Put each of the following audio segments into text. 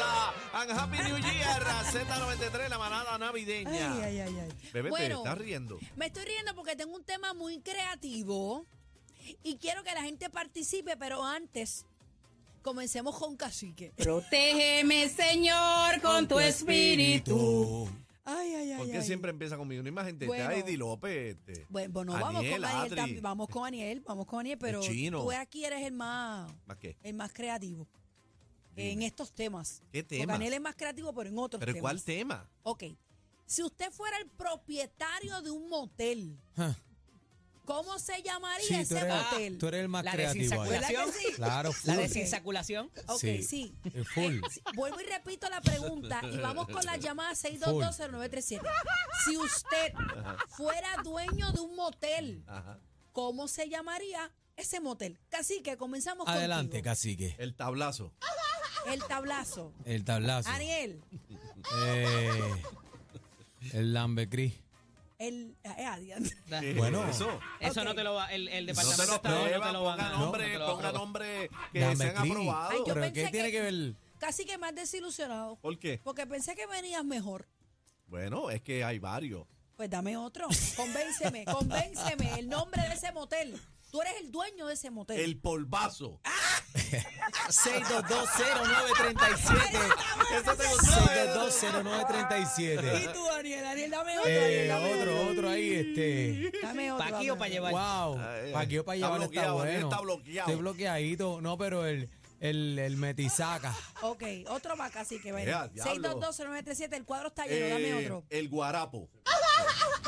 Juan. Happy New Year, Z93, la manada navideña. Ay, ay, ay, ay. Bebé, Bueno. te estás riendo. Me estoy riendo porque tengo un tema muy creativo y quiero que la gente participe, pero antes comencemos con cacique. Protégeme, Señor, con tu espíritu. Ay, ay, ay. ¿Por qué ay. siempre empieza con mi misma gente? Bueno. Ay, Di López. Este. Bueno, bueno, vamos Aniel, con Aniel, Adri. también, vamos con Aniel, vamos con Aniel, pero chino. tú aquí eres el más, ¿Más qué? el más creativo Dime. en estos temas. ¿Qué Porque tema? Aniel es más creativo, pero en otros ¿Pero temas. cuál tema? Ok. Si usted fuera el propietario de un motel, Ja. ¿cómo se llamaría Sí, tú ese eres, motel? tú eres el más La creativo. ahí. ¿Verdad que sí? Claro, full. La desinsaculación. Ok, Sí. sí. Eh, Full. Sí, Vuelvo y repito la pregunta y vamos con la llamada 6220937. Si usted fuera dueño de un motel, Ajá. ¿cómo se llamaría ese motel? Casi que comenzamos Adelante, contigo. cacique. El tablazo. El tablazo. El tablazo. Ariel, Eh, el lambecris. el eh, adiante. ¿Qué es Bueno. eso. Eso Ok. no te lo va, el, el No departamento se lo está no prueba, te lo van ponga a nombre, no te lo ponga aprueba. nombre que sean Lambecris. aprobados. Ay, yo ¿Pero pensé qué tiene que- que ver? Casi que más desilusionado. ¿Por qué? Porque pensé que venías mejor. Bueno, es que hay varios. Pues dame otro. Convénceme, convénceme. El nombre de ese motel. Tú eres el dueño de ese motel. El polvazo. 6220937. Eso te gustó, ¿eh? 6220937. Y tú, Daniel, Daniel, dame otro. Daniel, Eh, dame otro, otro ahí, este. Dame otro. ¿Para aquí dame o para otro. llevar? Wow. Ay, Pa' aquí o pa' está llevar está bloqueado, Daniel bueno. está bloqueado. Estoy bloqueadito. No, pero el, el, el metisaca. Ok, otro más casi que Ea, venga. diablo. 6220937, el cuadro está lleno, dame Eh, otro. El guarapo.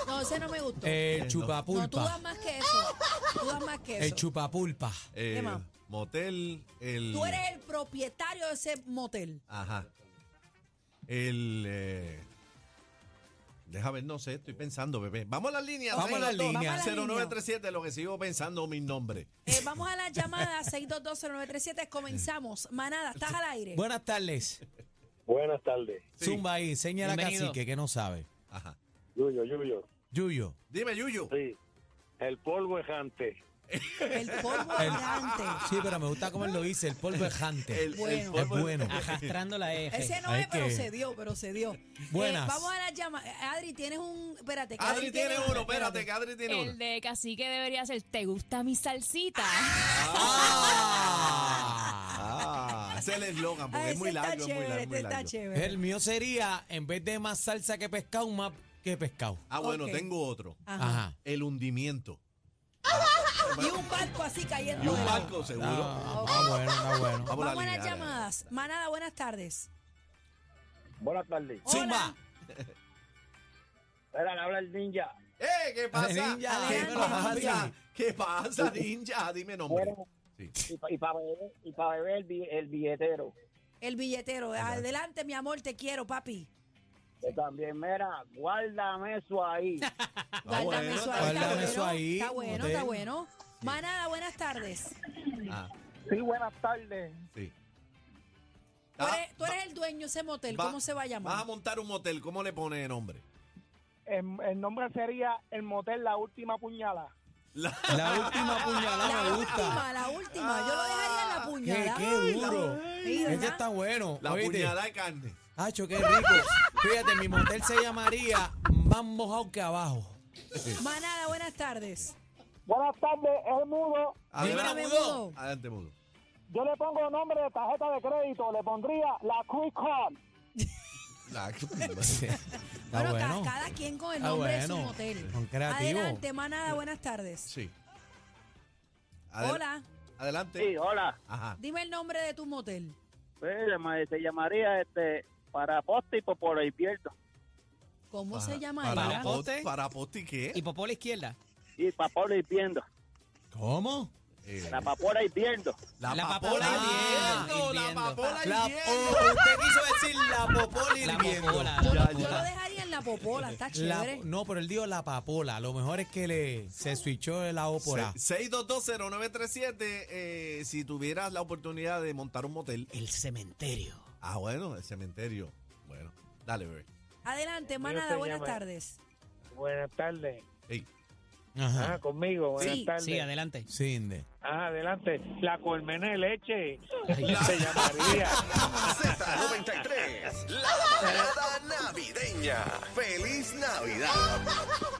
No, ese no me gustó. El no. no, tú das chupapulpa. más que eso. Tú das más que eso. El chupapulpa. Eh, ¿Qué más? motel. El, Tú eres el propietario de ese motel. Ajá. El. eh, Deja ver, no sé, estoy pensando, bebé. Vamos a las líneas. Vamos a las 622, líneas. 0937, lo que sigo pensando, mi nombre. Eh, vamos a la llamada 6220937, comenzamos. Manada, estás al aire. Buenas tardes. Buenas tardes. Sí. Zumba ahí, señala Bienvenido. cacique que no sabe. Ajá. Yuyo, Yuyo. Yuyo, Dime, Yuyu. Sí. El polvo ejante. El polvo El- errante. sí, pero me gusta cómo él lo dice, el polvo es hunter. Bueno. Es bueno. Arrastrando la E eje. Ese no Hay es, pero que- se dio, pero se dio. Eh, Buenas. vamos a la llamada. Adri, tienes un. Espérate. que Adri tiene uno, espérate, espérate. que Adri tiene El uno. de cacique debería ser, ¿te gusta mi salsita? Ah. Ah, ese es el eslogan, porque Ah, es muy ese largo, está es muy chévere, largo. muy este está largo. chévere. El mío sería, en vez de más salsa que pescado, más que pescado. Ah, bueno, Ok. Ah. tengo otro. Ajá. Ajá. El hundimiento. Y un barco así cayendo. Y un de la- barco, seguro. Ah, ah, bueno, está bueno. Vamos a eh. la Vamos a las línea, dale. llamadas. Manada, buenas tardes. Buenas tardes. Zumba. Era, le habla el ninja. ¡Eh! ¿Qué pasa? Ninja, ¿Qué dímelo, pasa? papi. ¿Qué pasa, ninja? Dime nombre. Bueno. Sí. Y para beber, y pa beber el, bi- el billetero. El billetero. Adelante, mi amor, te quiero, papi. Yo también, mera, guárdame eso ahí. Ah, Guárdame bueno, eso está ahí. está Guárdame bueno, eso ahí, Está bueno, hotel. está bueno. Manada, buenas tardes. Ah, Sí, buenas tardes. sí. Tú Ah, eres, tú eres el dueño de ese motel. va- ¿Cómo se va a Vas a llamar? montar un motel, ¿cómo le pone de nombre? El, el nombre sería El Motel La Última Puñalada. La última puñalada me La gusta. última, la última. Yo lo dejaría Ah. en la Qué, puñalada. qué duro. Sí, ¿verdad? Este está bueno. La ¿oíste? puñalada de carne. Hacho, qué rico. Fíjate, mi motel se llamaría Más mojado que abajo. Manada, buenas tardes. Buenas tardes, el mudo. Dímelo, Mudo. Adelante, mudo. Yo le pongo nombre de tarjeta de crédito. Le pondría la Quick Card. La- Está Bueno, ca- bueno. cada quien con el Está nombre de su bueno. motel. Son creativos. Adelante, manada, buenas tardes. sí. Adel- Hola, Adelante. hola. Ajá. dime el nombre de tu motel. Se llamaría este para postipo por el pierdo. ¿Cómo se llama Para, ella? Parapo- poste. Para poste, ¿qué? Y popó a la izquierda. Y papola y pierdo. ¿Cómo? Eh, La papola y pierdo. la, la papola papola hirviendo. hirviendo, La hirviendo. papola La, hirviendo. oh, usted quiso decir la popola La hirviendo. popola. Yo, la lo, yo lo popola. dejaría en la popola, está La- chévere. no, pero él dijo la papola. Lo mejor es que le se switchó de la O por A. 6220937, eh, si tuvieras la oportunidad de montar un motel. El cementerio. Ah, bueno, el cementerio. Bueno, dale, bebé. Adelante, manada, te buenas llamo. tardes. Buenas tardes. Ey, Ah, Ajá. conmigo. Buenas Sí, tardes. Sí, adelante. Sí, Inde. Ah, adelante. La colmena de leche. Se llamaría. Z93, navideña. ¡Feliz Navidad!